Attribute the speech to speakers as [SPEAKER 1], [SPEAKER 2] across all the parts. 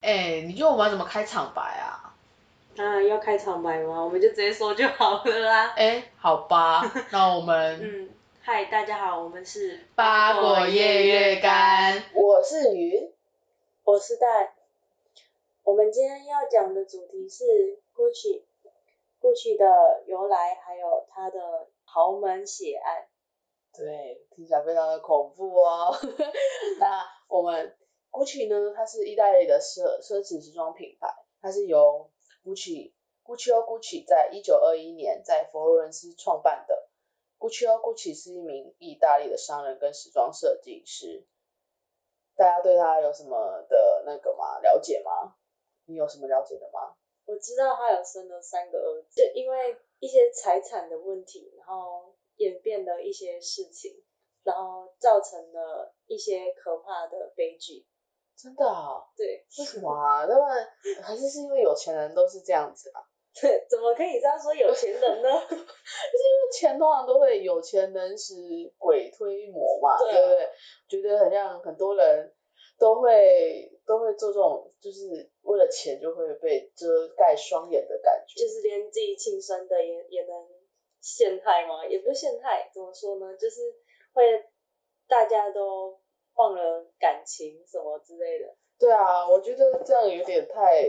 [SPEAKER 1] 哎，你觉得我们要怎么开场白啊？
[SPEAKER 2] 啊，要开场白吗？我们就直接说就好了啦。
[SPEAKER 1] 哎，好吧，那我们
[SPEAKER 2] 嗯，嗨，大家好，我们是
[SPEAKER 1] 八果夜月干，
[SPEAKER 2] 我是鱼，我是蛋。我们今天要讲的主题是 Gucci，Gucci 的由来，还有它的豪门血案。
[SPEAKER 1] 对，听起来非常的恐怖哦。 那我们 Gucci 呢，它是意大利的奢奢侈时装品牌，它是由 Gucci Gucci o Gucci 在一九二一年在佛罗伦斯创办的。Gucci o Gucci 是一名意大利的商人跟时装设计师。大家对他有什么的那个吗？了解吗？你有什么了解的吗？
[SPEAKER 2] 我知道他有生了三个儿子，就因为一些财产的问题，然后演变了一些事情，然后造成了一些可怕的悲剧。
[SPEAKER 1] 真的啊、
[SPEAKER 2] 对，
[SPEAKER 1] 为什么啊？他们还是是因为有钱人都是这样子啊？
[SPEAKER 2] 怎么可以这样说有钱人呢？
[SPEAKER 1] 钱通常都会有钱能使鬼推磨嘛，
[SPEAKER 2] 对啊
[SPEAKER 1] 对不对？觉得很像很多人都会都会做这种，就是为了钱就会被遮盖双眼的感觉。
[SPEAKER 2] 就是连自己亲生的也也能陷害吗？也不是陷害，怎么说呢？就是会大家都忘了感情什么之类的。
[SPEAKER 1] 对啊，我觉得这样有点太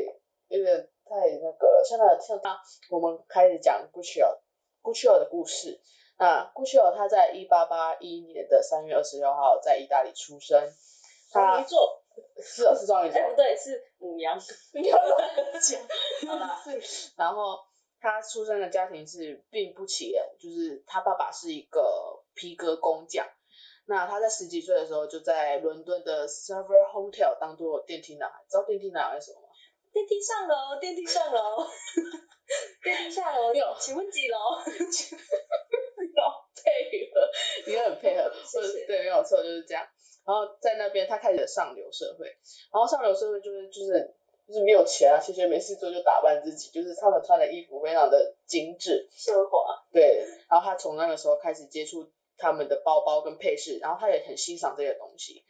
[SPEAKER 1] 有点太那个了。像他像他，我们开始讲 Gucci 哦 Gucci 的故事。那 Gucci 他在一八八一年的三月二十六号在意大利出生，
[SPEAKER 2] 双
[SPEAKER 1] 他
[SPEAKER 2] 鱼座，
[SPEAKER 1] 是是双鱼座
[SPEAKER 2] 哎、，不对，是母羊。
[SPEAKER 1] 你要 乱讲。是，然后他出生的家庭是并不起眼，就是他爸爸是一个皮革工匠。那他在十几岁的时候就在伦敦的 Server Hotel 当做电梯男孩，知道电梯男孩是什么吗？
[SPEAKER 2] 电梯上楼，电梯上楼， 电梯下楼
[SPEAKER 1] 有，
[SPEAKER 2] 请问 几楼？
[SPEAKER 1] 要配合， 你很配 合，
[SPEAKER 2] 谢
[SPEAKER 1] 或者
[SPEAKER 2] 谢
[SPEAKER 1] 对，没有错，就是这样。然后在那边，他开始了上流社会，然后上流社会就是就是就是没有钱啊，闲闲没事做就打扮自己，就是他们穿的衣服非常的精致，
[SPEAKER 2] 奢华，
[SPEAKER 1] 对，然后他从那个时候开始接触他们的包包跟配饰，然后他也很欣赏这些东西。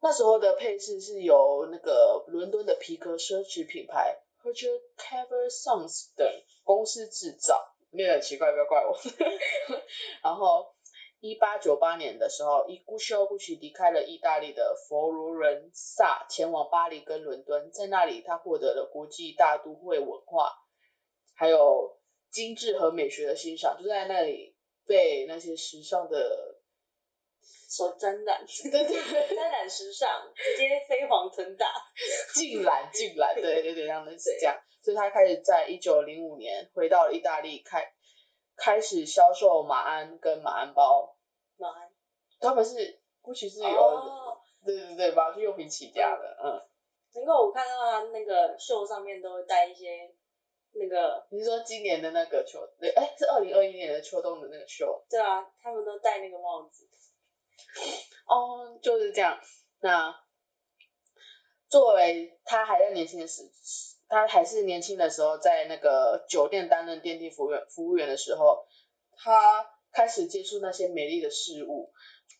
[SPEAKER 1] 那时候的配饰是由那个伦敦的皮革奢侈品牌 h e r c h e r Cover Sons 等公司制造，念得很奇怪，不要怪我。 然后，一八九八年的时候，伊古修古奇离开了意大利的佛罗伦萨，前往巴黎跟伦敦，在那里他获得了国际大都会文化，还有精致和美学的欣赏，就在那里被那些时尚的，
[SPEAKER 2] 手沾染，
[SPEAKER 1] 对对对，
[SPEAKER 2] 沾染时尚，直接飞黄腾达。
[SPEAKER 1] 尽染尽染，对对对，让人是这样。所以他开始在一九零五年回到了意大利开，开始销售马鞍跟马鞍包，
[SPEAKER 2] 马鞍
[SPEAKER 1] 他们是估计是有。
[SPEAKER 2] 哦，
[SPEAKER 1] 对对对，麻雀用品起家的，嗯，
[SPEAKER 2] 难怪我看到他那个袖上面都会带一些那个，
[SPEAKER 1] 你是说今年的那个秋，对，哎，是二零二一年的秋冬的那个秋，
[SPEAKER 2] 对啊，他们都戴那个帽子。
[SPEAKER 1] 哦，就是这样。那作为他还在年轻的时，他还是年轻的时候，在那个酒店担任电梯服务员服务员的时候，他开始接触那些美丽的事物，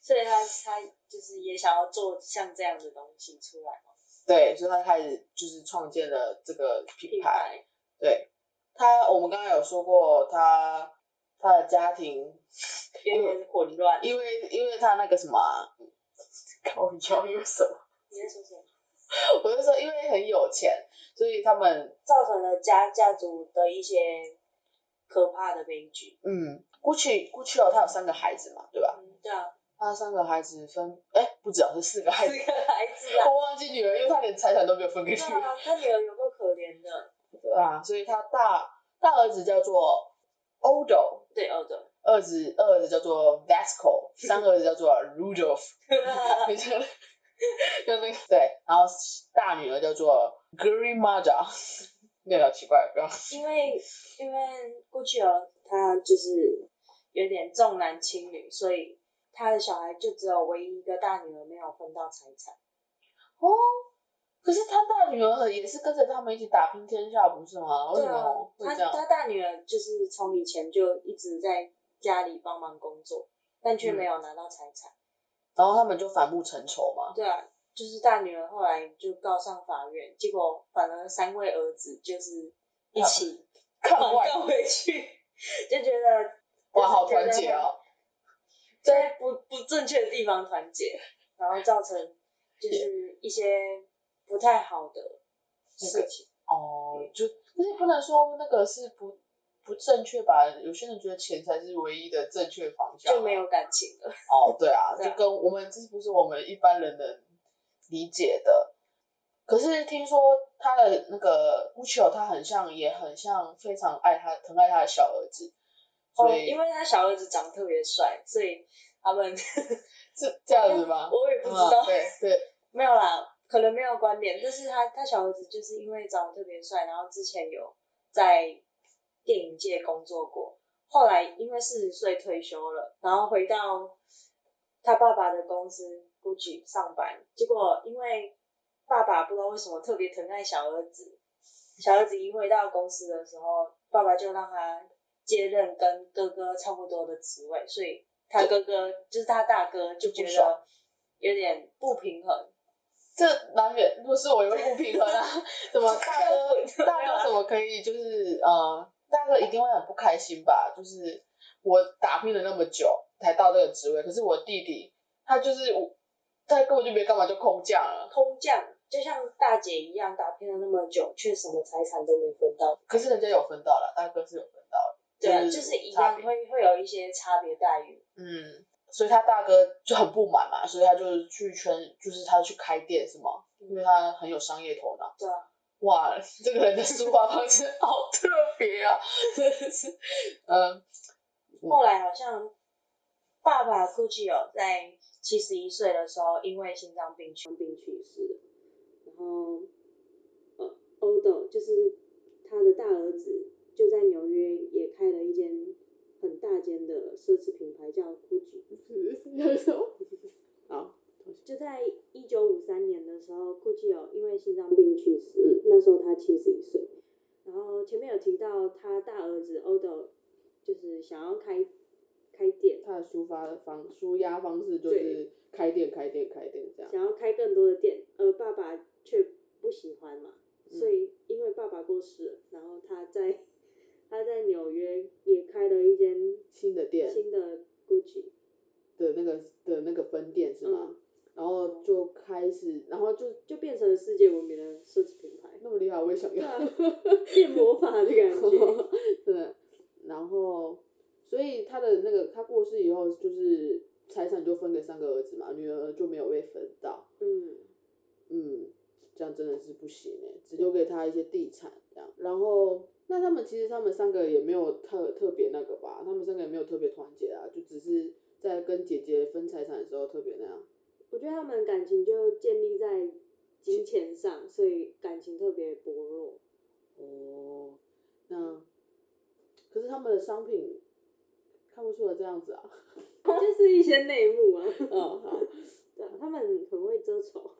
[SPEAKER 2] 所以他他就是也想要做像这样的东西出来嘛，
[SPEAKER 1] 对，所以他开始就是创建了这个品
[SPEAKER 2] 品
[SPEAKER 1] 牌。
[SPEAKER 2] 牌
[SPEAKER 1] 对他，我们刚刚有说过他他的家庭
[SPEAKER 2] 有点混乱。
[SPEAKER 1] 因为因为他那个什么啊、搞笑，因为什么？
[SPEAKER 2] 你在说什么？
[SPEAKER 1] 我就说因为很有钱，所以他们
[SPEAKER 2] 造成了家家族的一些可怕的悲剧。
[SPEAKER 1] 嗯，Gucci Gucci 哦，他有三个孩子嘛，对吧？
[SPEAKER 2] 嗯，对啊，
[SPEAKER 1] 他三个孩子分哎不止哦，是四个孩
[SPEAKER 2] 四
[SPEAKER 1] 子，
[SPEAKER 2] 个孩 子啊，
[SPEAKER 1] 我忘记女儿，因为他连财产都没有分给女
[SPEAKER 2] 对
[SPEAKER 1] 儿，
[SPEAKER 2] 啊，他女儿有够可怜的。
[SPEAKER 1] 对啊，所以他大大儿子叫做 Odo，
[SPEAKER 2] 对，哦对，
[SPEAKER 1] 二子二儿子叫做 Vasco，三儿子叫做 Rudolph。没 错，就那个对，然后大女儿叫做 Grandmother，那个奇怪，不要
[SPEAKER 2] 因为因为过去哦，他就是有点重男轻女，所以他的小孩就只有唯一一个大女儿没有分到财产。
[SPEAKER 1] 哦。可是他大女儿也是跟着他们一起打拼天下，不是吗？为
[SPEAKER 2] 对
[SPEAKER 1] 什
[SPEAKER 2] 啊
[SPEAKER 1] 么，会
[SPEAKER 2] 他
[SPEAKER 1] 这样？
[SPEAKER 2] 他大女儿就是从以前就一直在家里帮
[SPEAKER 1] 嗯
[SPEAKER 2] 忙工作，但却没有拿到财产。
[SPEAKER 1] 然后他们就反目成仇嘛。
[SPEAKER 2] 对啊，就是大女儿后来就告上法院，结果反而三位儿子就是一起
[SPEAKER 1] 看
[SPEAKER 2] 反
[SPEAKER 1] 外
[SPEAKER 2] 告回去， 就觉得
[SPEAKER 1] 哇，好团结哦，，
[SPEAKER 2] 就是觉得很在不不正确的地方团结，然后造成就是一些不太好的事情。
[SPEAKER 1] 哦，就可是也不能说那个是不不正确吧？有些人觉得钱才是唯一的正确方向啊，
[SPEAKER 2] 就没有感情了，
[SPEAKER 1] 哦，对啊，
[SPEAKER 2] 对啊
[SPEAKER 1] 就跟我们这不是我们一般人能理解的。可是听说他的那个 g u c c i o 他很像，也很像非常爱他、疼爱他的小儿子，所
[SPEAKER 2] 哦，
[SPEAKER 1] 以、
[SPEAKER 2] 因为他小儿子长得特别帅，所以他们
[SPEAKER 1] 是这样子吗？
[SPEAKER 2] 我也不知道
[SPEAKER 1] 嗯、对对，
[SPEAKER 2] 没有啦，可能没有关联，但是他他小儿子就是因为长得特别帅，然后之前有在电影界工作过，后来因为四十岁退休了，然后回到他爸爸的公司 GUCCI 上班，结果因为爸爸不知道为什么特别疼爱小儿子，小儿子一回到公司的时候，爸爸就让他接任跟哥哥差不多的职位，所以他哥哥就是他大哥就
[SPEAKER 1] 就
[SPEAKER 2] 觉
[SPEAKER 1] 不
[SPEAKER 2] 得
[SPEAKER 1] 爽
[SPEAKER 2] 有点不平衡。
[SPEAKER 1] 这难免，如果是我也会不平衡 啊。怎么大哥
[SPEAKER 2] 啊
[SPEAKER 1] 大哥怎么可以就是呃，大哥一定会很不开心吧？就是我打拼了那么久才到这个职位，可是我弟弟他就是我，他根本就没干嘛就空降了。
[SPEAKER 2] 空降，就像大姐一样打拼了那么久，却什么财产都没分到。
[SPEAKER 1] 可是人家有分到了，大哥是有分到的。
[SPEAKER 2] 对啊，
[SPEAKER 1] 就
[SPEAKER 2] 就是是一
[SPEAKER 1] 差
[SPEAKER 2] 样
[SPEAKER 1] 别
[SPEAKER 2] 会会有一些差别待遇。
[SPEAKER 1] 嗯，所以他大哥就很不满嘛，所以他就去圈，就是他去开店是吗？因为他很有商业头脑。
[SPEAKER 2] 对啊，
[SPEAKER 1] 哇，这个人的抒发方式好特别啊！真的是，嗯，嗯
[SPEAKER 2] 后来好像爸爸估计有在七十一岁的时候，因为心脏病去病去世了。然后，呃，欧斗就是他的大儿子，就在纽约也开了一间很大间的奢侈品牌，叫 GUCCI。
[SPEAKER 1] 好，
[SPEAKER 2] 就在一九五三年的时候，库奇有因为心脏病去世，那时候他七十一岁。然后前面有提到他大儿子欧斗，就是想要开开店，
[SPEAKER 1] 他的抒发的方抒压方式就是开店、开店、开店这样。
[SPEAKER 2] 想要开更多的店，而爸爸却不喜欢嘛，
[SPEAKER 1] 嗯
[SPEAKER 2] 所以因为爸爸过世了，然后他在他在纽约也开了一间
[SPEAKER 1] 新的店
[SPEAKER 2] 新的 GUCCI，
[SPEAKER 1] 的那个的那个分店是吗？
[SPEAKER 2] 嗯
[SPEAKER 1] 然后就开始，然后就
[SPEAKER 2] 就变成了世界闻名的奢侈品牌，
[SPEAKER 1] 那么厉害，我也想
[SPEAKER 2] 对
[SPEAKER 1] 要。
[SPEAKER 2] 啊， 变魔法的感觉。
[SPEAKER 1] 对，然后所以他的那个他过世以后，就是财产就分给三个儿子嘛，女儿就没有被分到。
[SPEAKER 2] 嗯。
[SPEAKER 1] 嗯，这样真的是不行哎，只留给他一些地产这样。然后，那他们其实他们三个也没有特特别那个吧，他们三个也没有特别团结啊，就只是在跟姐姐分财产的时候特别那样。
[SPEAKER 2] 我觉得他们感情就建立在金钱上，所以感情特别薄弱。
[SPEAKER 1] 哦，那可是他们的商品看不出来这样子啊。
[SPEAKER 2] 就是一些内幕 啊，
[SPEAKER 1] 嗯，好。
[SPEAKER 2] 对啊，他们很会遮丑。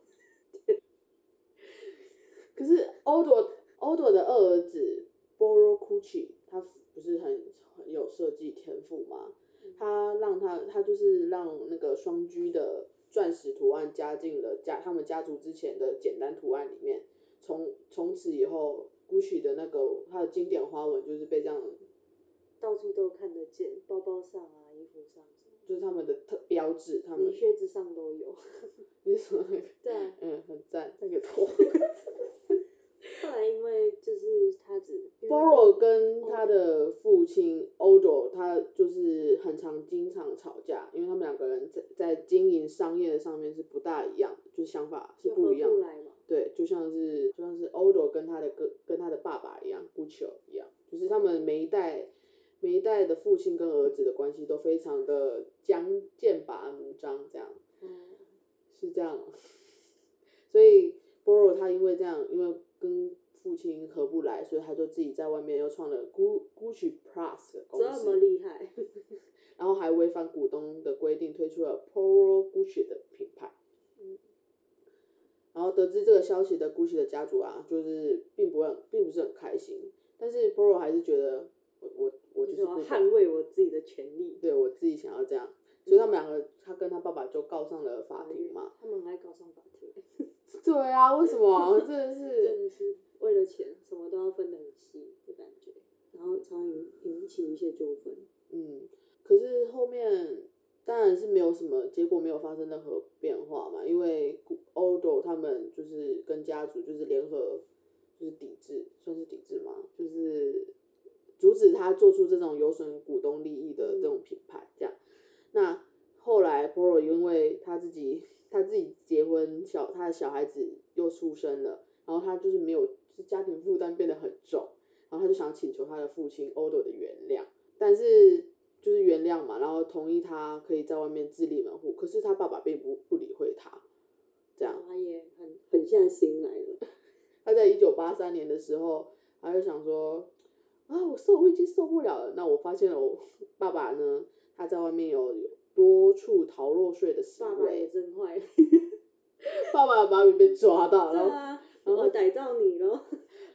[SPEAKER 1] 可是欧朵欧朵的二儿子 Boro Kuchi，他不是很很有设计天赋吗？他让他他就是让那个双居的钻石图案加进了家他们家族之前的简单图案里面，从从此以后，Gucci 的那个他的经典花纹就是被这样，
[SPEAKER 2] 到处都看得见，包包上啊，衣服上什么
[SPEAKER 1] 就是他们的特标志，他
[SPEAKER 2] 的，
[SPEAKER 1] 们
[SPEAKER 2] 连靴子上都有。
[SPEAKER 1] 你说
[SPEAKER 2] 对啊，
[SPEAKER 1] 嗯很赞，那个头。
[SPEAKER 2] 后来因为就是他只
[SPEAKER 1] Boro 跟
[SPEAKER 2] 哦
[SPEAKER 1] 他的父亲 Odo，他就是很常经常吵架，因为他们两个人在在经营商业上面是不大一样，就是想法是
[SPEAKER 2] 就合
[SPEAKER 1] 不一样
[SPEAKER 2] 不
[SPEAKER 1] 的。
[SPEAKER 2] 来嘛，
[SPEAKER 1] 对，就像是就像是 Odo 跟他的哥跟他的爸爸一样，Guccio 一样，就是他们每一代每一代的父亲跟儿子的关系都非常的将剑拔弩张，这样
[SPEAKER 2] 嗯，
[SPEAKER 1] 是这样。 所以 Boro 他因为这样，因为跟父亲合不来，所以他就自己在外面又创了 Gu Gucci Plus 的公
[SPEAKER 2] 这么
[SPEAKER 1] 司，
[SPEAKER 2] 厉害，
[SPEAKER 1] 然后还违反股东的规定，推出了 Poro Gucci 的品牌。
[SPEAKER 2] 嗯
[SPEAKER 1] 然后得知这个消息的 Gucci 的家族啊，就是并不很并不是很开心，但是 Boro 还是觉得我我我
[SPEAKER 2] 就
[SPEAKER 1] 就是是
[SPEAKER 2] 要
[SPEAKER 1] 不
[SPEAKER 2] 捍
[SPEAKER 1] 管，
[SPEAKER 2] 卫我自己的权利。
[SPEAKER 1] 对我自己想要这样，所以他们两个他跟他爸爸就告上了法庭嘛。
[SPEAKER 2] 他们还搞上法庭，
[SPEAKER 1] 对啊，为什么？真的是
[SPEAKER 2] 真的是为了钱什么都要分得很细的感觉，然后常常引引起一些纠纷。
[SPEAKER 1] 嗯，可是后面当然是没有什么结果，没有发生任何变化嘛，因为 Odo 他们就是跟家族就是联合就是抵制，算是抵制嘛，就是阻止他做出这种有损股东利益的这种品牌这样。那后来 Poro 因为他自己他自己结婚，小他的小孩子又出生了，然后他就是没有，就是家庭负担变得很重，然后他就想请求他的父亲 Odo 的原谅。但是就是原谅嘛，然后同意他可以在外面自立门户。可是他爸爸并不不理会他，这样
[SPEAKER 2] 然后他也很狠下心来了，
[SPEAKER 1] 他在一九八三年的时候，他就想说，啊，我受我已经受不了了。那我发现了我爸爸呢，他在外面有有多处逃漏税的
[SPEAKER 2] 爸
[SPEAKER 1] 行
[SPEAKER 2] 爸也
[SPEAKER 1] 为，
[SPEAKER 2] 真坏，
[SPEAKER 1] 爸爸把你被抓到，
[SPEAKER 2] 对
[SPEAKER 1] 然后
[SPEAKER 2] 啊，
[SPEAKER 1] 然后
[SPEAKER 2] 我逮到你了，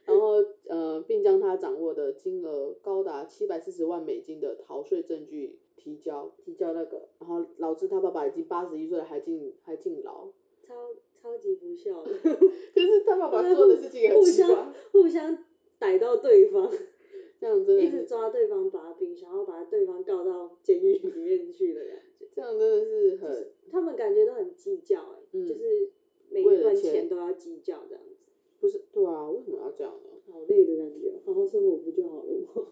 [SPEAKER 1] 然后呃，并将他掌握的金额高达七百四十万美金的逃税证据提交提交那个，然后导致他爸爸已经八十一岁了，还进还进牢。
[SPEAKER 2] 超超级不孝的，
[SPEAKER 1] 可 是他爸爸做的事情也很
[SPEAKER 2] 互
[SPEAKER 1] 奇
[SPEAKER 2] 相
[SPEAKER 1] 怪，
[SPEAKER 2] 互相逮到对方，
[SPEAKER 1] 嗯 这样真
[SPEAKER 2] 一
[SPEAKER 1] 的
[SPEAKER 2] 直
[SPEAKER 1] 是，
[SPEAKER 2] 抓对方把柄，想要把对方告到监狱里面去的感觉。
[SPEAKER 1] 这样真的是
[SPEAKER 2] 就
[SPEAKER 1] 很
[SPEAKER 2] 是他们感觉都很计较、欸，
[SPEAKER 1] 嗯
[SPEAKER 2] 就是每一
[SPEAKER 1] 为了
[SPEAKER 2] 分
[SPEAKER 1] 钱
[SPEAKER 2] 钱都要计较这样子，
[SPEAKER 1] 不是对啊？为什么要这样呢？
[SPEAKER 2] 好累的感觉，好好生活不就好了吗？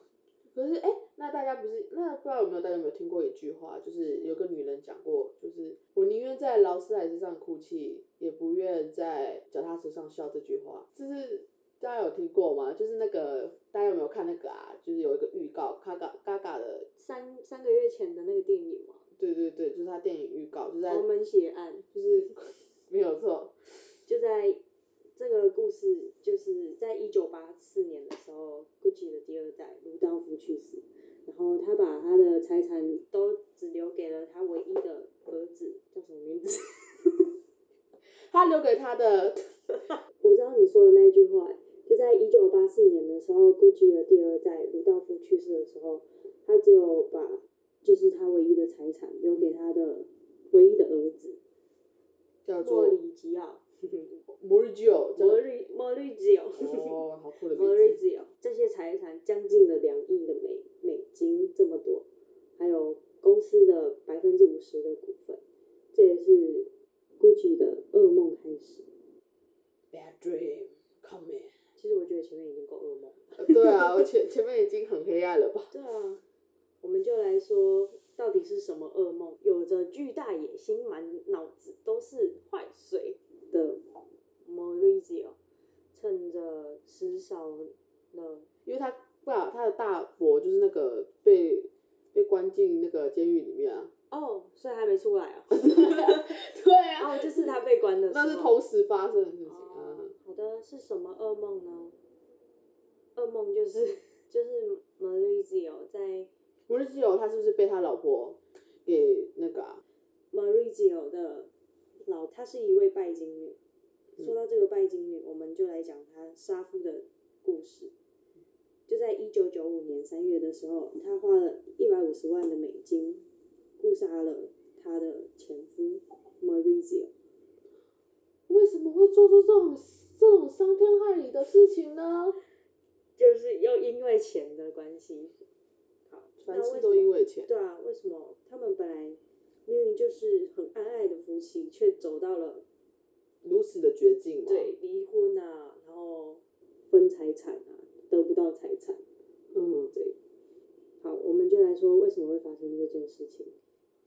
[SPEAKER 1] 可是哎，诶那大家不是那不知道有没有大家有没有听过一句话，就是有个女人讲过，就是我宁愿在劳斯莱斯上哭泣，也不愿在脚踏车上笑。这句话就是大家有听过吗？就是那个大家有没有看那个啊？就是有一个预告，嘎嘎嘎嘎的，
[SPEAKER 2] 三三个月前的那个电影嘛，
[SPEAKER 1] 对对对，就是他电影预告，就是在
[SPEAKER 2] 豪门血案，
[SPEAKER 1] 就是 没有错，
[SPEAKER 2] 就在这个故事，就是在一九八四年的时候，GUCCI 的第二代鲁道夫去世，然后他把他的财产都只留给了他唯一的儿子，叫什么名字？
[SPEAKER 1] 他留给他的
[SPEAKER 2] 我知道你说的那一句话，就在一九八四年的时候，GUCCI 的第二代鲁道夫去世的时候，他只有把就是他唯一的财产留给他的唯一的儿子
[SPEAKER 1] 叫做
[SPEAKER 2] 莫里吉奥，
[SPEAKER 1] 摩日酒，叫
[SPEAKER 2] 莫里莫里吉奥。
[SPEAKER 1] 哦，好酷的
[SPEAKER 2] m o
[SPEAKER 1] 名
[SPEAKER 2] r
[SPEAKER 1] 字。
[SPEAKER 2] z i o 这些财产将近了两亿的美美金，这么多，还有公司的百分之五十的股份，这也是 GUCCI 的噩梦开始。
[SPEAKER 1] Bad dream coming。
[SPEAKER 2] 其实我觉得前面已经够噩梦了。
[SPEAKER 1] 对啊，我前前面已经很黑暗了吧？
[SPEAKER 2] 对啊，我们就来说到底是什么噩梦？有着巨大野心、满脑子都是坏水的 m o r i z i o 趁着失少了
[SPEAKER 1] 因为他爸他的大伯就是那个被被关进那个监狱里面啊。
[SPEAKER 2] 哦，所以还没出来啊。
[SPEAKER 1] 对啊，
[SPEAKER 2] 哦，就是他被关的时候。
[SPEAKER 1] 那是同时发生的事情啊
[SPEAKER 2] 哦。，好的，是什么噩梦呢？噩梦就是 就是 m a r i z i o 在
[SPEAKER 1] 摩日酒他是不是被他老婆给那个啊？
[SPEAKER 2] m a r i z i o 的老，她是一位拜金女。说到这个拜金女，我们就来讲她杀夫的故事。就在一九九五年三月的时候，她花了一百五十万的美金，雇杀了她的前夫 m a r i z i o
[SPEAKER 1] 为什么会做出这种这种伤天害理的事情呢？
[SPEAKER 2] 就是又因为钱的关系。好，那
[SPEAKER 1] 凡
[SPEAKER 2] 为
[SPEAKER 1] 事
[SPEAKER 2] 什
[SPEAKER 1] 都
[SPEAKER 2] 么
[SPEAKER 1] 因为钱。
[SPEAKER 2] 对啊，为什么他们本来明明就是很爱爱的夫妻，却走到了
[SPEAKER 1] 如此的绝境嘛？，
[SPEAKER 2] 对离婚啊，然后分财产啊，得不到财产。
[SPEAKER 1] 嗯，
[SPEAKER 2] 对，好，我们就来说为什么会发生这件事情。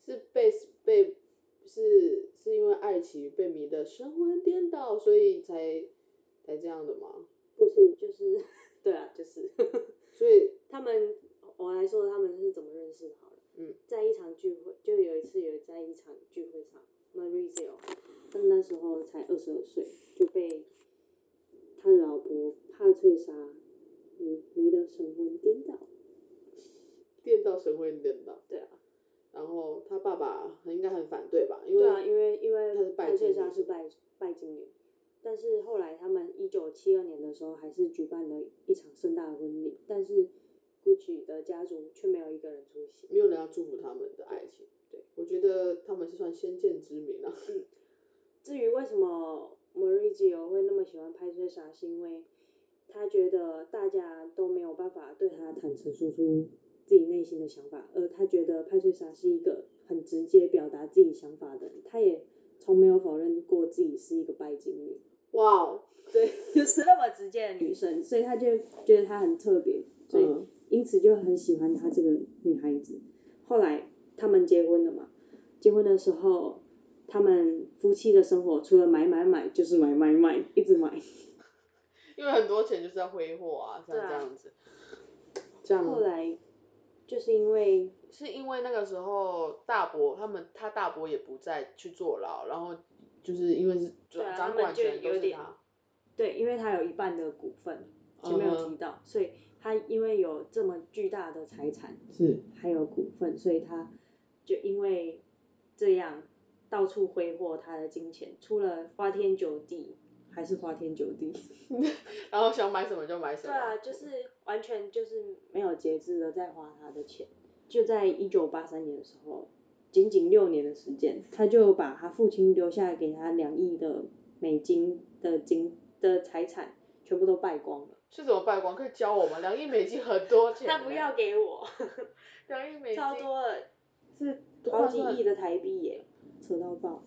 [SPEAKER 1] 是被被是是因为爱情被迷得神魂颠倒，所以才才这样的吗？
[SPEAKER 2] 不是，就是 对啊，就是。
[SPEAKER 1] 所以
[SPEAKER 2] 他们，我来说他们是怎么认识的好了。
[SPEAKER 1] 嗯，
[SPEAKER 2] 在一场聚会，就有一次有在一场聚会上，Marizio，他那时候才二十二岁，就被他的老婆帕翠莎迷迷得神魂颠倒。
[SPEAKER 1] 电到神会颠倒。
[SPEAKER 2] 对啊，
[SPEAKER 1] 然后他爸爸应该很反对吧？因为
[SPEAKER 2] 对啊，因为因为
[SPEAKER 1] 她是拜
[SPEAKER 2] 帕翠
[SPEAKER 1] 金
[SPEAKER 2] 莎
[SPEAKER 1] 女
[SPEAKER 2] 是拜拜金女，但是后来他们一九七二年的时候还是举办了一场盛大的婚礼，但是 Gucci 的家族却没有一个人出席。
[SPEAKER 1] 没有人要祝福他们的爱情。
[SPEAKER 2] 对，
[SPEAKER 1] 我觉得他们是算先见之明啊。
[SPEAKER 2] 至于为什么莫瑞吉欧会那么喜欢拍追杀，是因为他觉得大家都没有办法对他坦诚说出自己内心的想法，而他觉得派翠莎是一个很直接表达自己想法的人，他也从没有否认过自己是一个拜金女，
[SPEAKER 3] 哇哦，
[SPEAKER 2] 对，就是那么直接的女生，所以他就觉得她很特别，所以
[SPEAKER 3] 嗯
[SPEAKER 2] 因此就很喜欢她这个女孩子。后来他们结婚了嘛，结婚的时候，他们夫妻的生活除了买买买就是买买买，一直买。
[SPEAKER 1] 因为很多钱就是在挥霍啊，像
[SPEAKER 2] 对啊
[SPEAKER 1] 这样子。
[SPEAKER 3] 这样
[SPEAKER 2] 后来就是因为
[SPEAKER 1] 是因为那个时候大伯他们他大伯也不在去坐牢，然后就是因为是
[SPEAKER 2] 对啊
[SPEAKER 1] 掌掌管权
[SPEAKER 2] 他
[SPEAKER 1] 都
[SPEAKER 2] 们就有
[SPEAKER 1] 是
[SPEAKER 2] 点
[SPEAKER 1] 他，
[SPEAKER 2] 对，因为他有一半的股份前面有提到，所以他因为有这么巨大的财产，
[SPEAKER 3] 是
[SPEAKER 2] 还有股份，所以他就因为这样到处挥霍他的金钱，除了花天酒地，还是花天酒地。
[SPEAKER 1] 然后想买什么就买什
[SPEAKER 2] 对
[SPEAKER 1] 么。
[SPEAKER 2] 啊，就是完全就是没有节制的在花他的钱。就在一九八三年的时候，仅仅六年的时间，他就把他父亲留下给他两亿的美金的金的财产全部都败光了。
[SPEAKER 1] 是怎么败光？可以教我吗？两亿美金很多钱。欸
[SPEAKER 2] 他不要，给我，
[SPEAKER 1] 两亿美金
[SPEAKER 2] 超多了，是
[SPEAKER 3] 多
[SPEAKER 2] 好
[SPEAKER 3] 换
[SPEAKER 2] 几
[SPEAKER 3] 算
[SPEAKER 2] 亿的台币耶，扯到爆。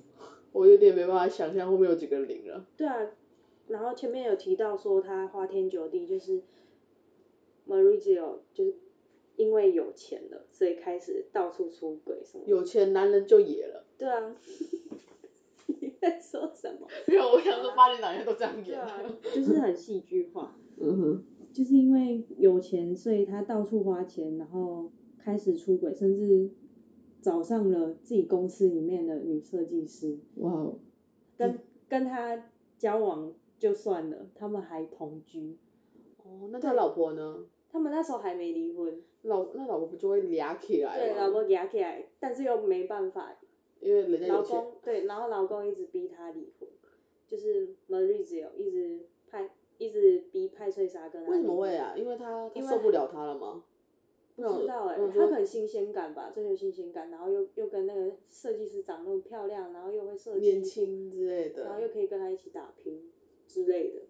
[SPEAKER 1] 我有点没办法想象后面有几个零了。
[SPEAKER 2] 对啊，然后前面有提到说他花天酒地，就是 Marizio 就是因为有钱了，所以开始到处出轨什么的。
[SPEAKER 1] 有钱男人就野了，
[SPEAKER 2] 对啊，你在说什么？
[SPEAKER 1] 没有，我想说八零男人都这样
[SPEAKER 2] 啊对
[SPEAKER 1] 演。
[SPEAKER 2] 啊，就是很戏剧化。
[SPEAKER 3] 嗯哼，
[SPEAKER 2] 就是因为有钱，所以他到处花钱，然后开始出轨，甚至找上了自己公司里面的女设计师，
[SPEAKER 3] 哇哦，
[SPEAKER 2] 跟跟他交往就算了，他们还同居。
[SPEAKER 1] 哦，那他老婆呢？
[SPEAKER 2] 他们那时候还没离婚，
[SPEAKER 1] 老那老婆不就会俩起来吗？
[SPEAKER 2] 对，啊老婆给他起来，但是又没办法，
[SPEAKER 1] 因为人家
[SPEAKER 2] 老
[SPEAKER 1] 有钱。
[SPEAKER 2] 公对，然后老公一直逼她离婚，就是 Marizio 一直派一直逼派翠莎跟他
[SPEAKER 1] 为
[SPEAKER 2] 离
[SPEAKER 1] 什
[SPEAKER 2] 婚。
[SPEAKER 1] 么会啊？因为他他
[SPEAKER 2] 因为
[SPEAKER 1] 受不了他了吗？
[SPEAKER 2] 不知道哎、
[SPEAKER 1] 那我
[SPEAKER 2] 欸，
[SPEAKER 1] 我
[SPEAKER 2] 他
[SPEAKER 1] 说
[SPEAKER 2] 可能新鲜感吧，追求新鲜感，然后又又跟那个设计师长那么漂亮，然后又会设计，
[SPEAKER 1] 年轻之类
[SPEAKER 2] 然后又
[SPEAKER 1] 的。
[SPEAKER 2] 可以跟他一起打拼之类的，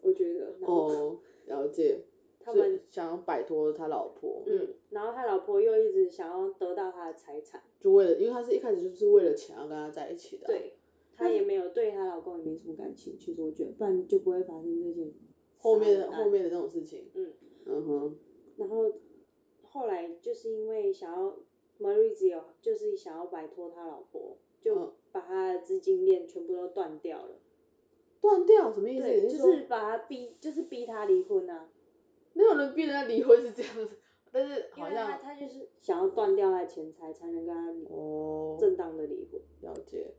[SPEAKER 2] 我觉得。然后
[SPEAKER 1] 哦，了解。
[SPEAKER 2] 他
[SPEAKER 1] 所以
[SPEAKER 2] 们
[SPEAKER 1] 想要摆脱他老婆，
[SPEAKER 2] 嗯，然后他老婆又一直想要得到他的财产，
[SPEAKER 1] 就为了，因为他是一开始就是为了钱要跟他在一起的、，
[SPEAKER 2] 对，她也没有对她老公也没什么感情，其实我觉得，不然就不会发生这件。
[SPEAKER 1] 后面的
[SPEAKER 2] 嗯
[SPEAKER 1] 后面的那种事情，
[SPEAKER 2] 嗯，
[SPEAKER 1] 嗯哼，
[SPEAKER 2] 然后后来就是因为想要 Marizio 就是想要摆脱他老婆，
[SPEAKER 1] 嗯
[SPEAKER 2] 就把他的资金链全部都断掉了。
[SPEAKER 1] 断掉什么意思？
[SPEAKER 2] 对，
[SPEAKER 1] 你
[SPEAKER 2] 就
[SPEAKER 1] 说
[SPEAKER 2] 是把他逼，就是逼他离婚啊，
[SPEAKER 1] 没有人逼人家离婚是这样子，但是
[SPEAKER 2] 因
[SPEAKER 1] 好
[SPEAKER 2] 为他
[SPEAKER 1] 像
[SPEAKER 2] 他就是想要断掉他的钱财，才能跟他离
[SPEAKER 1] 哦，
[SPEAKER 2] 正当的离婚。
[SPEAKER 1] 了解，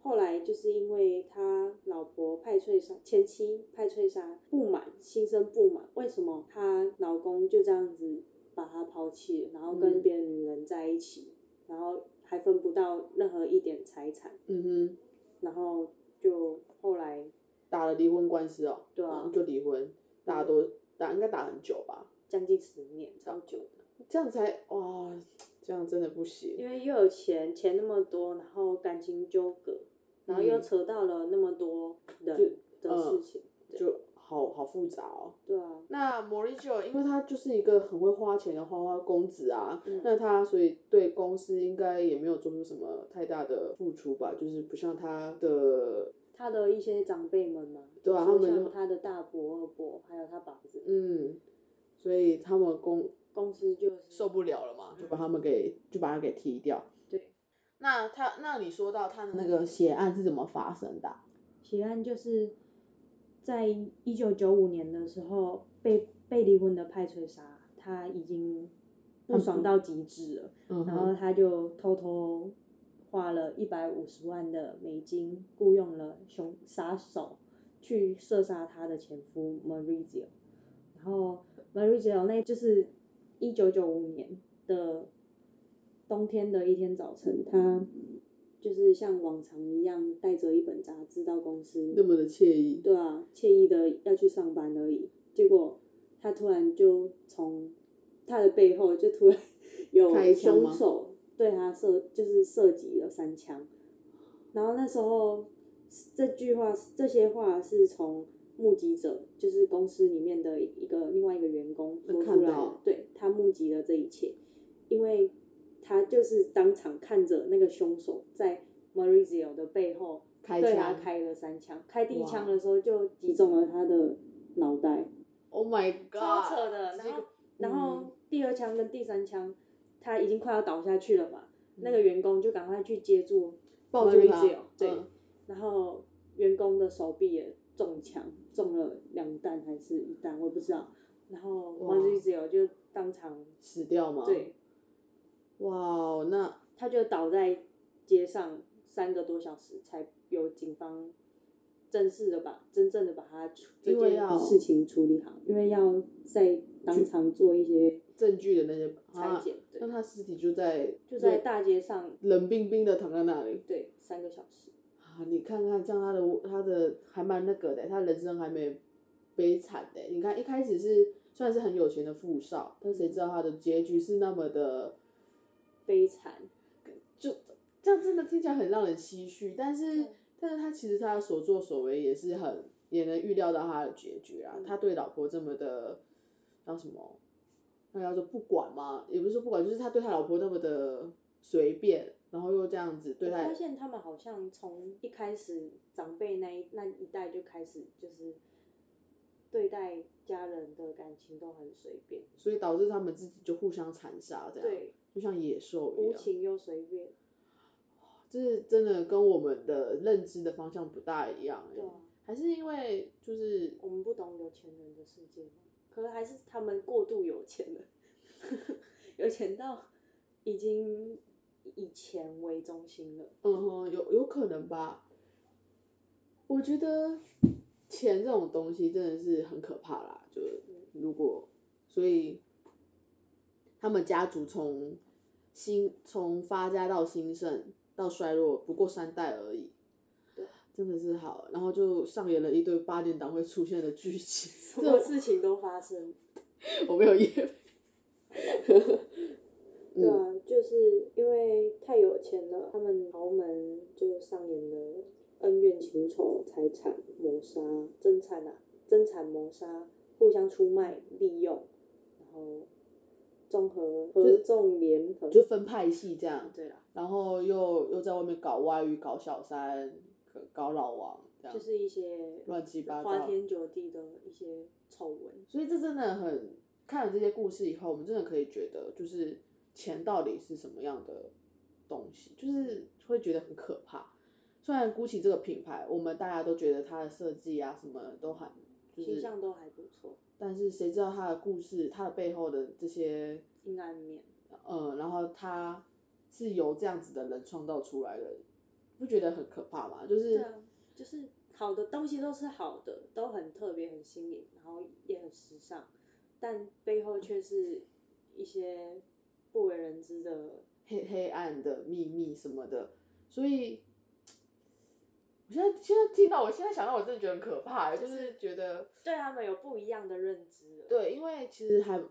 [SPEAKER 2] 后来就是因为他老婆派翠莎前妻派翠莎不满，心生不满，为什么她老公就这样子把她抛弃了，然后跟
[SPEAKER 1] 嗯
[SPEAKER 2] 别的女人在一起，然后还分不到任何一点财产，
[SPEAKER 1] 嗯哼，
[SPEAKER 2] 然后就后来
[SPEAKER 1] 打了离婚官司哦，
[SPEAKER 2] 对啊
[SPEAKER 1] 然后就离婚，大家都打应该打很久吧，
[SPEAKER 2] 将近十年，超久的。
[SPEAKER 1] 这样才哇，这样真的不行，
[SPEAKER 2] 因为又有钱，钱那么多，然后感情纠葛，然后又
[SPEAKER 1] 嗯
[SPEAKER 2] 扯到了那么多人的
[SPEAKER 1] 嗯
[SPEAKER 2] 事情，对
[SPEAKER 1] 就好好复杂哦。
[SPEAKER 2] 对啊，
[SPEAKER 1] 那 Mauricio，因为他就是一个很会花钱的花花公子啊，
[SPEAKER 2] 嗯
[SPEAKER 1] 那他所以对公司应该也没有做出什么太大的付出吧，就是不像他的，
[SPEAKER 2] 他的一些长辈们嘛，
[SPEAKER 1] 对啊
[SPEAKER 2] 说
[SPEAKER 1] 他们
[SPEAKER 2] 像
[SPEAKER 1] 就
[SPEAKER 2] 他的大伯、二伯，还有他爸子，
[SPEAKER 1] 嗯，所以他们公
[SPEAKER 2] 公司就是
[SPEAKER 1] 受不了了嘛，就把他们给就把他给踢掉。
[SPEAKER 2] 嗯对，
[SPEAKER 1] 那他那你说到他的那个血案是怎么发生的啊、
[SPEAKER 2] 血案就是在一九九五年的时候被被离婚的派翠莎，她已经不爽到极致了，
[SPEAKER 1] 嗯
[SPEAKER 2] 然后他就偷偷花了一百五十万的美金，雇佣了凶杀手去射杀他的前夫 Marizio。然后 Marizio 那就是一九九五年的冬天的一天早晨，他就是像往常一样带着一本杂志到公司，
[SPEAKER 3] 那么的惬意，
[SPEAKER 2] 对啊，惬意的要去上班而已。结果他突然就从他的背后 就突然
[SPEAKER 3] 开
[SPEAKER 2] 有
[SPEAKER 3] 枪吗
[SPEAKER 2] 凶手对他射，就是射击了三枪。然后那时候这句话这些话是从目击者，就是公司里面的一个另外一个员工
[SPEAKER 1] 他
[SPEAKER 2] 说
[SPEAKER 1] 看
[SPEAKER 2] 出来
[SPEAKER 1] 到
[SPEAKER 2] 的，对他目击了这一切，因为他就是当场看着那个凶手在 Maurizio 的背后
[SPEAKER 1] 开
[SPEAKER 2] 对他
[SPEAKER 1] 枪
[SPEAKER 2] 开了三枪，开第一
[SPEAKER 1] 哇
[SPEAKER 2] 枪的时候就击中了他的脑袋，嗯
[SPEAKER 1] ，Oh my God，
[SPEAKER 2] 超扯的。
[SPEAKER 1] 这
[SPEAKER 2] 然
[SPEAKER 1] 个
[SPEAKER 2] 后，然后第二枪跟第三枪，他已经快要倒下去了嘛，那个员工就赶快去接住
[SPEAKER 1] 抱住他
[SPEAKER 2] Maurizio，，对，
[SPEAKER 1] 嗯
[SPEAKER 2] 然后员工的手臂也中枪，中了两弹还是一弹，我也不知道。然后
[SPEAKER 1] 哇
[SPEAKER 2] Maurizio 就当场
[SPEAKER 1] 死掉吗？，
[SPEAKER 2] 对，
[SPEAKER 1] 哇哦，那
[SPEAKER 2] 他就倒在街上三个多小时，才有警方正式的把真正的把他处这
[SPEAKER 1] 因为
[SPEAKER 2] 件
[SPEAKER 1] 要
[SPEAKER 2] 事情处理好，因为要在当场做一些
[SPEAKER 1] 证据的那些
[SPEAKER 2] 裁
[SPEAKER 1] 啊，
[SPEAKER 2] 剪，对
[SPEAKER 1] 那，他尸体就在
[SPEAKER 2] 就在大街上，
[SPEAKER 1] 冷冰冰的躺在那里
[SPEAKER 2] 对，三个小时，
[SPEAKER 1] 啊！你看看，这样他的他的还蛮那个的，他人生还没悲惨的。你看一开始是虽然是很有钱的富少，但谁知道他的结局是那么的，
[SPEAKER 2] 悲惨，
[SPEAKER 1] 就这样真的听起来很让人唏嘘。但是但是他其实他的所作所为也是很也能预料到他的结局啊。他对老婆这么的叫什么？那叫做不管吗？也不是说不管，就是他对他老婆那么的随便，然后又这样子对
[SPEAKER 2] 我
[SPEAKER 1] 他也。
[SPEAKER 2] 发现他们好像从一开始长辈那一那一代就开始就是对待家人的感情都很随便，
[SPEAKER 1] 所以导致他们自己就互相残杀，这样，
[SPEAKER 2] 对，
[SPEAKER 1] 就像野兽一
[SPEAKER 2] 无
[SPEAKER 1] 样。
[SPEAKER 2] 情又随便，
[SPEAKER 1] 这是真的跟我们的认知的方向不大一样、欸，
[SPEAKER 2] 对啊
[SPEAKER 1] 还是因为就是
[SPEAKER 2] 我们不懂有钱人的世界吗？可能还是他们过度有钱了， 有钱到已经以钱为中心了。
[SPEAKER 1] 嗯哼，有有可能吧。我觉得钱这种东西真的是很可怕啦，就是如果所以他们家族从兴从发家到兴盛到衰落不过三代而已
[SPEAKER 2] 对，
[SPEAKER 1] 真的是好，然后就上演了一堆八点档会出现的剧情，
[SPEAKER 2] 什么事情都发生，
[SPEAKER 1] 我没有夜 配。嗯
[SPEAKER 2] 对啊，就是因为太有钱了，他们豪门就上演了恩怨情仇、财产谋杀、争产啊、争产谋杀、互相出卖、利用，然后综合合纵联合，
[SPEAKER 1] 就分派系这样，
[SPEAKER 2] 对啦，
[SPEAKER 1] 然后又又在外面搞外遇、搞小三、搞搞老王这样
[SPEAKER 2] 就，是一些
[SPEAKER 1] 乱七八
[SPEAKER 2] 花
[SPEAKER 1] 糟
[SPEAKER 2] 天酒地的一些丑闻。
[SPEAKER 1] 所以这真的很看了这些故事以后，我们真的可以觉得，就是钱到底是什么样的东西，就是会觉得很可怕。虽然 GUCCI 这个品牌，我们大家都觉得它的设计啊什么都很，就
[SPEAKER 2] 形
[SPEAKER 1] 是，
[SPEAKER 2] 象都还不错，
[SPEAKER 1] 但是谁知道它的故事，它的背后的这些
[SPEAKER 2] 阴暗面。
[SPEAKER 1] 嗯，然后他是由这样子的人创造出来的，不觉得很可怕吗？就是、
[SPEAKER 2] 对啊，就是好的东西都是好的，都很特别、很新颖，然后也很时尚，但背后却是一些不为人知的。
[SPEAKER 1] 黑黑暗的秘密什么的，所以我现在现在听到，我现在想到，我真的觉得很可怕，欸就是觉得
[SPEAKER 2] 对他们有不一样的认知了。
[SPEAKER 1] 对，因为其实还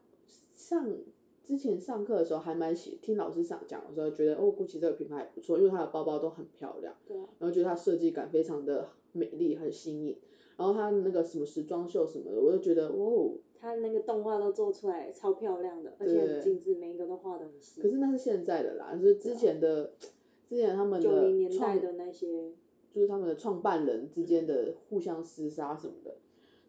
[SPEAKER 1] 上之前上课的时候还蛮喜听老师上讲的时候，觉得哦，GUCCI 这个品牌还不错，因为它的包包都很漂亮。
[SPEAKER 2] 对啊，
[SPEAKER 1] 然后觉得它设计感非常的美丽，很新颖。然后它那个什么时装秀什么的，我就觉得哇哦，
[SPEAKER 2] 他那个动画都做出来超漂亮的，而且很精致，每一个都画的很细
[SPEAKER 1] 可。是那是现在的啦，就是之前的，之前他们
[SPEAKER 2] 九零
[SPEAKER 1] 的
[SPEAKER 2] 年代
[SPEAKER 1] 创，
[SPEAKER 2] 的那些，
[SPEAKER 1] 就是他们的创办人之间的互相厮杀什么的，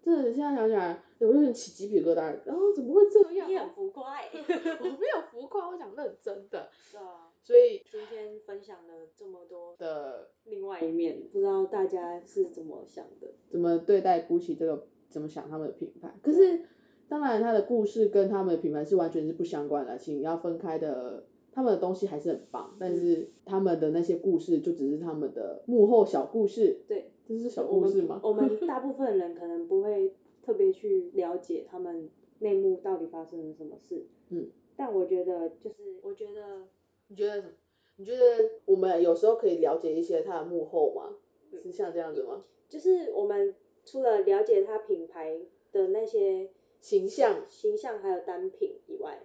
[SPEAKER 1] 真的现在想起来，我有点起鸡皮疙瘩。然后怎么会这 样
[SPEAKER 2] 你很
[SPEAKER 1] 啊？
[SPEAKER 2] 浮夸欸
[SPEAKER 1] 我没有浮夸，我讲认真的。
[SPEAKER 2] 对啊，
[SPEAKER 1] 所以
[SPEAKER 2] 今天分享了这么多
[SPEAKER 1] 的
[SPEAKER 2] 另外一面，不知道大家是怎么想的？
[SPEAKER 1] 怎么对待 GUCCI 这个，怎么想他们的品牌？可是当然，他的故事跟他们的品牌是完全是不相关的，请要分开的。他们的东西还是很棒，但
[SPEAKER 2] 嗯
[SPEAKER 1] 是他们的那些故事就只是他们的幕后小故事。
[SPEAKER 2] 对，
[SPEAKER 1] 这是小
[SPEAKER 2] 我
[SPEAKER 1] 故
[SPEAKER 2] 们
[SPEAKER 1] 事吗？
[SPEAKER 2] 我 们大部分人可能不会特别去了解他们内幕到底发生了什么事。
[SPEAKER 1] 嗯，
[SPEAKER 2] 但我觉得就是，我觉得
[SPEAKER 1] 你觉得什么？你觉得我们有时候可以了解一些他的幕后吗？
[SPEAKER 2] 嗯
[SPEAKER 1] 是像这样子吗？
[SPEAKER 2] 就是我们除了了解他品牌的那些
[SPEAKER 1] 形象
[SPEAKER 2] 形象还有单品以外，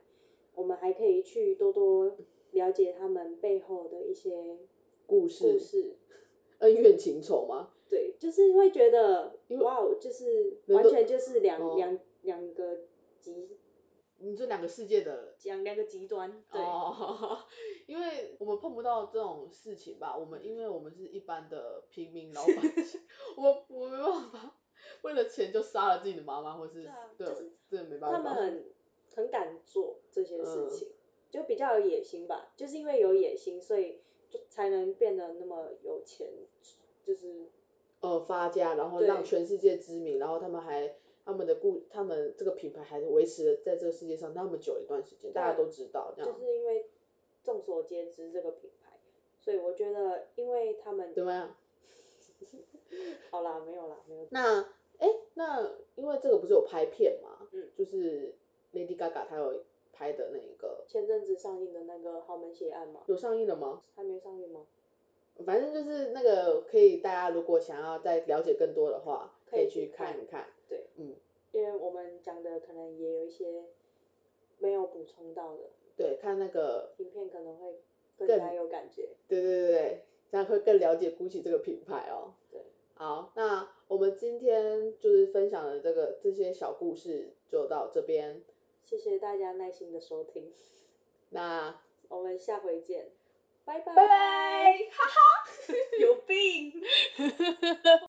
[SPEAKER 2] 我们还可以去多多了解他们背后的一些
[SPEAKER 1] 故事、
[SPEAKER 2] 故事。
[SPEAKER 1] 恩怨情仇吗？
[SPEAKER 2] 对，就是会觉得
[SPEAKER 1] 因为
[SPEAKER 2] 哇，哦就是
[SPEAKER 1] 人
[SPEAKER 2] 完
[SPEAKER 1] 都
[SPEAKER 2] 全就是两、
[SPEAKER 1] 哦
[SPEAKER 2] 两两个极
[SPEAKER 1] 你这两个世界的
[SPEAKER 2] 两两个极端，对，
[SPEAKER 1] 哦， 因为我们碰不到这种事情吧，我们因为我们是一般的平民老百姓，我 我没办法，为了钱就杀了自己的妈妈，或是
[SPEAKER 2] 对啊
[SPEAKER 1] 对
[SPEAKER 2] 就是，
[SPEAKER 1] 真的没办
[SPEAKER 2] 他
[SPEAKER 1] 法。
[SPEAKER 2] 们很很敢做这些事
[SPEAKER 1] 嗯
[SPEAKER 2] 情，就比较有野心吧，就是因为有野心，所以就才能变得那么有钱，就是
[SPEAKER 1] 呃发家，然后
[SPEAKER 2] 对
[SPEAKER 1] 让全世界知名，然后他们还他们的故他们这个品牌还维持了在这个世界上那么久一段时间，大家都知道这
[SPEAKER 2] 就
[SPEAKER 1] 样。
[SPEAKER 2] 是因为众所皆知这个品牌，所以我觉得，因为他们
[SPEAKER 1] 怎么样？
[SPEAKER 2] 好啦，没有啦，没有，
[SPEAKER 1] 那哎，那因为这个不是有拍片嘛，
[SPEAKER 2] 嗯
[SPEAKER 1] 就是 Lady Gaga 她有拍的那个
[SPEAKER 2] 前阵子上映的那个《豪门血案》嘛，
[SPEAKER 1] 有上映了吗？
[SPEAKER 2] 还没上映吗？
[SPEAKER 1] 反正就是那个可以，大家如果想要再了解更多的话，
[SPEAKER 2] 可
[SPEAKER 1] 可
[SPEAKER 2] 以
[SPEAKER 1] 以
[SPEAKER 2] 去
[SPEAKER 1] 去
[SPEAKER 2] 看
[SPEAKER 1] 看一看。
[SPEAKER 2] 对，
[SPEAKER 1] 嗯，
[SPEAKER 2] 因为我们讲的可能也有一些没有补充到的，
[SPEAKER 1] 对，看那个，
[SPEAKER 2] 影片可能会更
[SPEAKER 1] 更
[SPEAKER 2] 加有感觉。
[SPEAKER 1] 对对对对，这样会更了解 GUCCI 这个品牌哦。
[SPEAKER 2] 对，
[SPEAKER 1] 好，那我们今天就是分享的这个这些小故事就到这边，
[SPEAKER 2] 谢谢大家耐心的收听，
[SPEAKER 1] 那
[SPEAKER 2] 我们下回见，拜拜，
[SPEAKER 1] 拜拜。
[SPEAKER 2] 有病。